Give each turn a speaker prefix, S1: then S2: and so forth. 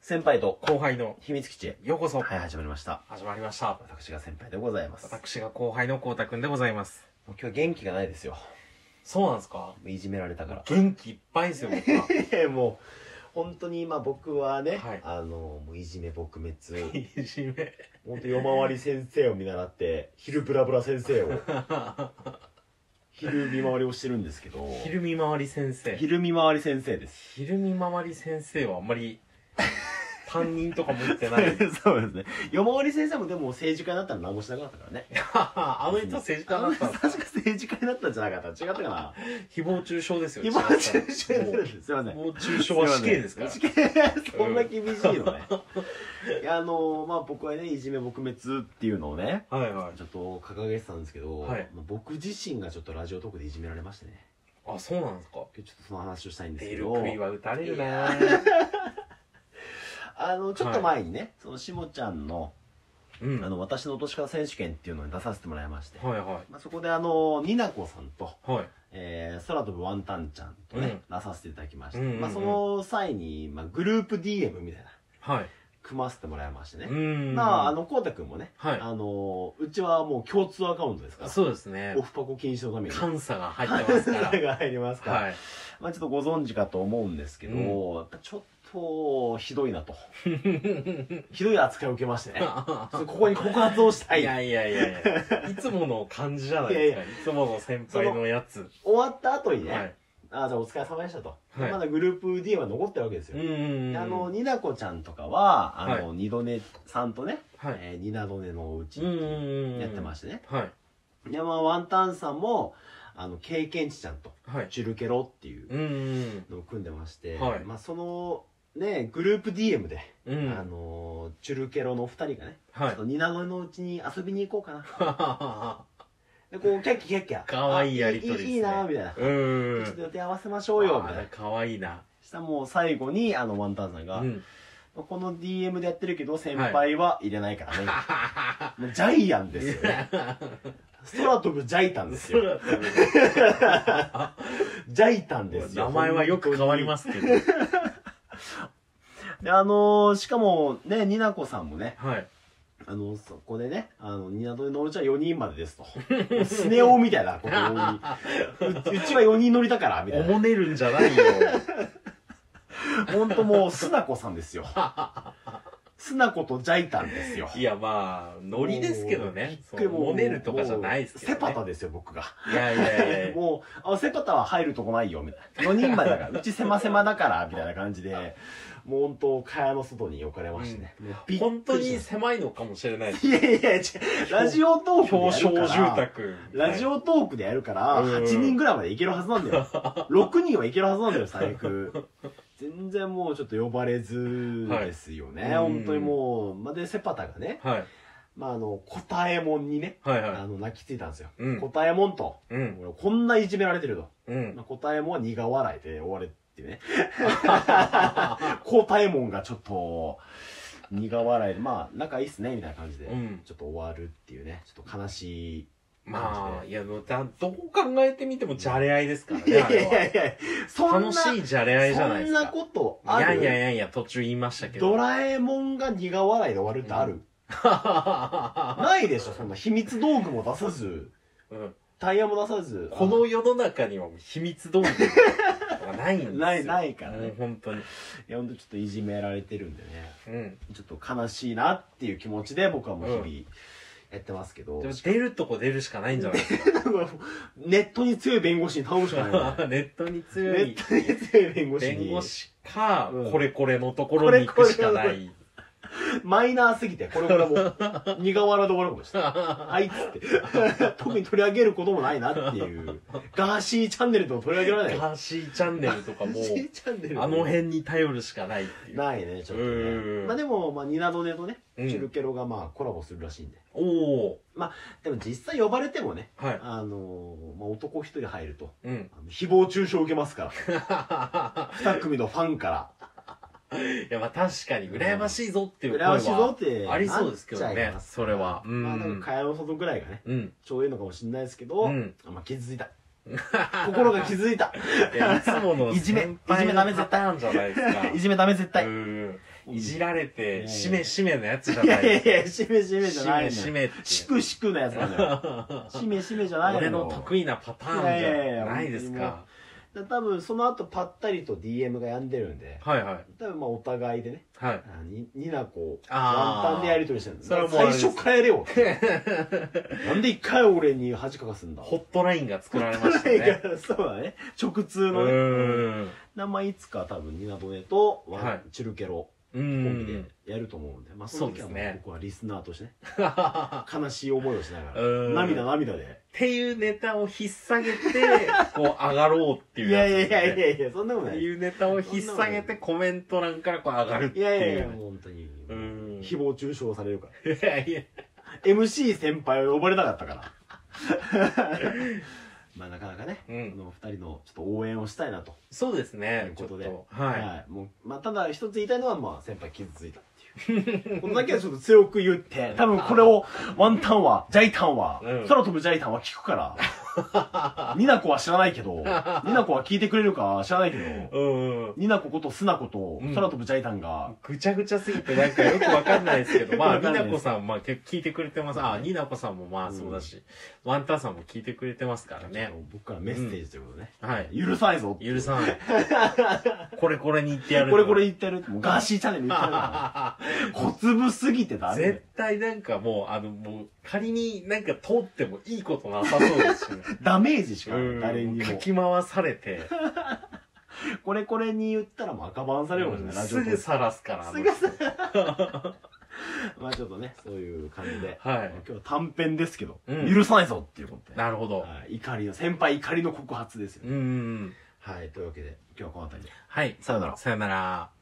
S1: 先輩と
S2: 後輩の
S1: 秘密基地へ。
S2: ようこそ
S1: はい、始まりました。
S2: 始まりました
S1: 私が先輩でございます。もう
S2: 私が後輩のこうたくんでございます
S1: 今日は元気がないですよ。
S2: そうなんですか
S1: もういじめられたから。
S2: 元気いっぱいですよ僕は
S1: いやもう、本当に今僕はね、
S2: はい
S1: あの、もういじめ撲滅。
S2: いじめ
S1: 本当夜回り先生を見習って、昼ブラブラ先生 を、昼見回りをしてるんですけど、
S2: 昼見回り先生
S1: 昼見回り先生です。
S2: 昼見回り先生はあんまり担任とか持って ない
S1: そうですね。夜回り先生もでも政治家になったら何もしなかったからね。
S2: あの人政治家だったん
S1: あ
S2: で
S1: の
S2: す
S1: 確か政治家になったんじゃなかった違ったか な
S2: 誹謗中傷ですよ
S1: 今中傷に なるんですすいません
S2: 誹謗中傷は死刑ですから
S1: 死刑そんな厳しいのね、いやあのまあ僕はねいじめ撲滅っていうのをね
S2: はいはい
S1: ちょっと掲げてたんですけど、
S2: はい
S1: まあ僕自身がちょっとラジオトークでいじめられましてね
S2: あそうなんですか
S1: 今日ちょっとその話をしたいんです
S2: 出
S1: け
S2: る
S1: ど
S2: 杭は打たれるな
S1: あのちょっと前にね、そのしもちゃんの
S2: う
S1: 「あ
S2: ん
S1: の私の落とし方選手権」っていうのに出させてもらいまして、
S2: はいは
S1: まあ、そこであのになこさんと
S2: いはい
S1: えー、空飛ぶワンタンちゃんとね、出させていただきました。
S2: うんうんうん
S1: まあ、その際に、まあ、グループ DM みたいな、
S2: はい
S1: 組ませてもらいまして
S2: う
S1: ね。
S2: ーん
S1: まあ、あの、こうたくんもね、
S2: はい
S1: あのーうちはもう共通アカウントですから、
S2: そうですね
S1: オフパコ禁止のために。
S2: 監査が入ってますか ら
S1: が入りますから、
S2: はい
S1: まあ、ちょっとご存知かと思うんですけど、
S2: う
S1: やっぱちょっと、ひどいな と。ひどい扱いを受けましてね。ちょっとここに告発をした
S2: い
S1: い。
S2: やいやいやいや、いつもの感じじゃないですか。いつもの先輩のやつ。
S1: 終わった後にね、
S2: はい。
S1: あじゃあお疲れ様でしたと。で
S2: はい
S1: まだグループ DM は残ってるわけですよ。
S2: うんうんうん。
S1: あの、になこちゃんとかは、あの、
S2: は
S1: 二度寝さんとね、
S2: はい。
S1: えー、二など寝のおうち
S2: うんうんうん。
S1: やってま
S2: し
S1: してね。
S2: た。はい。
S1: で、まあ、ワンタンさんも、あの、経験値ちゃんと、
S2: はい。
S1: チュルケロっていう
S2: うんうん
S1: のを組んでまして、
S2: はい
S1: まあ、その、ね、グループ DM で、
S2: うん。う
S1: あ
S2: ん。
S1: のー、チュルケロのお二人がね、
S2: は
S1: ちょっとニナゴのうちに遊びに行こうかな。
S2: い。
S1: で、こう、キャッキャキャッキャ。
S2: かわいいやりとり
S1: あ
S2: です
S1: い
S2: ね
S1: いいいなみたいな。
S2: うーん。
S1: ちょっと予定合わせましょうよ、みたい
S2: あ
S1: な
S2: ら。可愛いな。
S1: したらもう最後に、あの、ワンタンさん
S2: う
S1: が、
S2: ん。
S1: この DM でやってるけど、先輩は入れないからね。
S2: は
S1: もうジャイアンですよ ね。空飛ぶジャイタンです
S2: そう
S1: よ。
S2: だったね
S1: ジャイタンですよ。
S2: 名前はよく変わりますけど。
S1: で、あのーしかもね、になこさんもね、
S2: はい。
S1: あのそこでね、あの、になとのうちは4人まで ですと。スネ夫みたいなことを言うううちは4人乗りだから、みた
S2: お
S1: いな。
S2: もねるんじゃないよ。
S1: ほんともう、すなこさんです よ。すなことジャイタンですよ。
S2: いや、まあ、ノリですけどね。そ
S1: で
S2: うおもねるとかじゃないですけど
S1: セ
S2: ね。
S1: パタですよ、僕が。
S2: いやいやい や。
S1: もう、あ、セパタは入るとこないよ、みたいな。4人までだから、うち狭狭だから、みたいな感じで、もう本当、蚊帳の外に置かれましてね。もうびっくり
S2: 本当に
S1: し
S2: 狭いのかもしれない
S1: ましたいやいや、違うラジオトークでや
S2: 表彰
S1: るから
S2: 住宅
S1: ラジオトークでやるから、
S2: うん
S1: 8人ぐらいまでいけるはずなんだよ。6人 はいけるはずなんだよ、最悪。全然もうちょっと呼ばれずですよね。
S2: はい
S1: 本当にもう、まあで、セパタがね、
S2: はい
S1: まああの、答えもんにね、
S2: はいは
S1: あの、泣きついたんですよ。
S2: うん
S1: 答えもんと、
S2: いうん
S1: 俺こんないじめられてると。
S2: うん
S1: まあ、答えもんは苦笑いで終われって いうね。答えもんがちょっと、苦笑いで、まあ、仲いいっすね、みたいな感じで、
S2: うん
S1: ちょっと終わるっていうね、ちょっと悲しい。
S2: まあいやどうどう考えてみてもじゃれ合いですから
S1: い
S2: ねあ
S1: やい
S2: れ
S1: やいやいや、そ
S2: は
S1: んな、
S2: 楽しいじゃれ合いじゃないです
S1: そんな
S2: か
S1: こと
S2: い
S1: あ
S2: や
S1: る
S2: いやいやいや途中言いました けど
S1: ドラえもんが苦笑いで終わるってある、ないでしょ、そんな秘密道具も出さず、
S2: うん
S1: タイヤも出さず。
S2: この世の中には秘密道具がないんですよ
S1: ないないからね
S2: もう本当に
S1: いや、ほんとちょっといじめられてるんでね。
S2: うん
S1: ちょっと悲しいなっていう気持ちで僕はもう日々やってますけど、
S2: でも出るとこ出るしかないんじゃないです
S1: ネットに強い弁護士に頼むしかないよ
S2: か
S1: ね。
S2: ネットに
S1: ネ
S2: 強い
S1: ットに強い弁護士に。
S2: 弁護士か
S1: うん
S2: これこれのところに行くしかな
S1: これこ
S2: い
S1: マイナーすぎて、これからもう苦笑いで終わるかもし れない。あいつって。特に取り上げることもないなっていう。ガーシーチャンネルでも取り上げられない。
S2: ガーシーチャンネルとかも
S1: ガーシーチャンネルでも
S2: あの辺に頼るしかないっていう。
S1: ないね、ちょっと
S2: う
S1: ね。
S2: ん
S1: まあでも、まあ、ニナドネとね、チ
S2: うん
S1: ュルケロがまあコラボするらしいんで。
S2: おお
S1: でも実際呼ばれてもね、
S2: ーはい。
S1: あのーまあ、男一人入ると、
S2: うん。
S1: あの誹謗中傷を受けますから。二組のファンから。
S2: いや、まあ確かに、羨ましいぞっていう声
S1: 羨
S2: は。
S1: ましいぞって。
S2: ありそうですけどね
S1: なっちゃいますから
S2: それはうん
S1: まあ、なんか、蚊帳の外ぐらいがね、
S2: うん。
S1: ちょうどいいのかもしれないですけど、
S2: うん
S1: まあ、気づい た。心が気づいた。
S2: いやいつもの
S1: いじめ
S2: 先輩
S1: い
S2: の
S1: じめダメ絶対
S2: パターンじゃないですか。
S1: いじめダメ絶
S2: う
S1: 対。
S2: んいじられ
S1: いやいや
S2: て、しめしめのやつじゃ
S1: い
S2: な
S1: や
S2: い。
S1: いやいや、しめしめじゃないのよ。
S2: しめしめって。
S1: しくしくのやつなのよ。しめしめじゃないのよ。
S2: 俺の得意なパターンじゃないです
S1: いやいやいや
S2: か。
S1: だ多分その後パッタリと DM が病んでるんで、
S2: はいはい。
S1: 多分まあお互いでね、
S2: はい。
S1: あにニナコワン
S2: あー
S1: タンでやり取りしてるんです
S2: それはもう
S1: 最
S2: あれです
S1: 初からやれ よなんで一回俺に恥かかすんだ
S2: ホットラインが作られましたね。
S1: そうだね直通
S2: う
S1: のね
S2: ーん。
S1: 名前いつか多分ニナボネとワン、
S2: はい
S1: チュルケロ
S2: う
S1: コ
S2: ん。
S1: ンビでやると思うんで、まあそ
S2: そ
S1: の
S2: うで
S1: 時
S2: す
S1: は
S2: ね
S1: もう僕はリスナーとしてね
S2: っ
S1: 悲しい思いをしながら
S2: うん
S1: 涙涙で
S2: ていうネタを引っ提 げて、こう上がろうっていう
S1: いやいや
S2: や
S1: い
S2: つですね。
S1: やいやいやそんなこと
S2: っ
S1: な
S2: て
S1: い
S2: いうネタを引っ提げてコメント欄からこう上がるって
S1: い
S2: いう。
S1: やいやいやもう本当に、
S2: うーん。
S1: 誹謗中傷されるから
S2: いやいや。
S1: MC 先輩を呼ばれなかったから まあなかなかね、
S2: うん
S1: この二人のちょっと応援をしたいなと、
S2: そうですね。
S1: と
S2: ち
S1: いうこ
S2: ょっ
S1: とで
S2: と。は
S1: もうまあ、ただ一つ言いたいのはまあ先輩傷ついたって いうこのだけはちょっと強く言って多分これをワンタンはジャイタンは、
S2: うん
S1: 空飛ぶジャイタンは聞くから ニナコは知らないけ どニナコは聞いてくれるか知らないけ
S2: い。
S1: ど
S2: うん。
S1: ニナコことスナコと
S2: うん
S1: 空飛ぶジャイタンが、
S2: ぐちゃぐちゃすぎてなんかよくわかんないですけ
S1: よ
S2: ど、
S1: くわ
S2: まあ、
S1: かんな
S2: み
S1: いです
S2: なこさん、まあ、結構聞いてくれてます。あ、になこさんもまあそうだし、ワンタンさんも聞いてくれてますからね。
S1: 僕からメッセージということでね、
S2: はい。
S1: 許さないぞっていう
S2: 許 さない。これこれに言ってやる。
S1: これこれ言ってるもうガーシーチャンネル言ってるか
S2: あ
S1: ら小粒すぎてだ
S2: ー絶対なんかもう、あの、もう、仮になんか通ってもいいことなさそうですしね。
S1: ダメージ しか
S2: う
S1: ない
S2: ん。
S1: 誰に
S2: か
S1: も
S2: き回されて、
S1: これこれに言ったらもう赤バンされるもんね、ラジオ
S2: すぐ
S1: で
S2: さらすから。あの
S1: すぐさ まあちょっとねそういう感じで、
S2: はい
S1: 今日は短編ですけど、
S2: うん
S1: 許さないぞっていうことで、
S2: なるほど。
S1: はい、怒りの先輩怒りの告発ですよ
S2: う
S1: ね、
S2: ん。
S1: はいというわけで今日はこの辺りで
S2: はい。
S1: さよなら
S2: さよなら。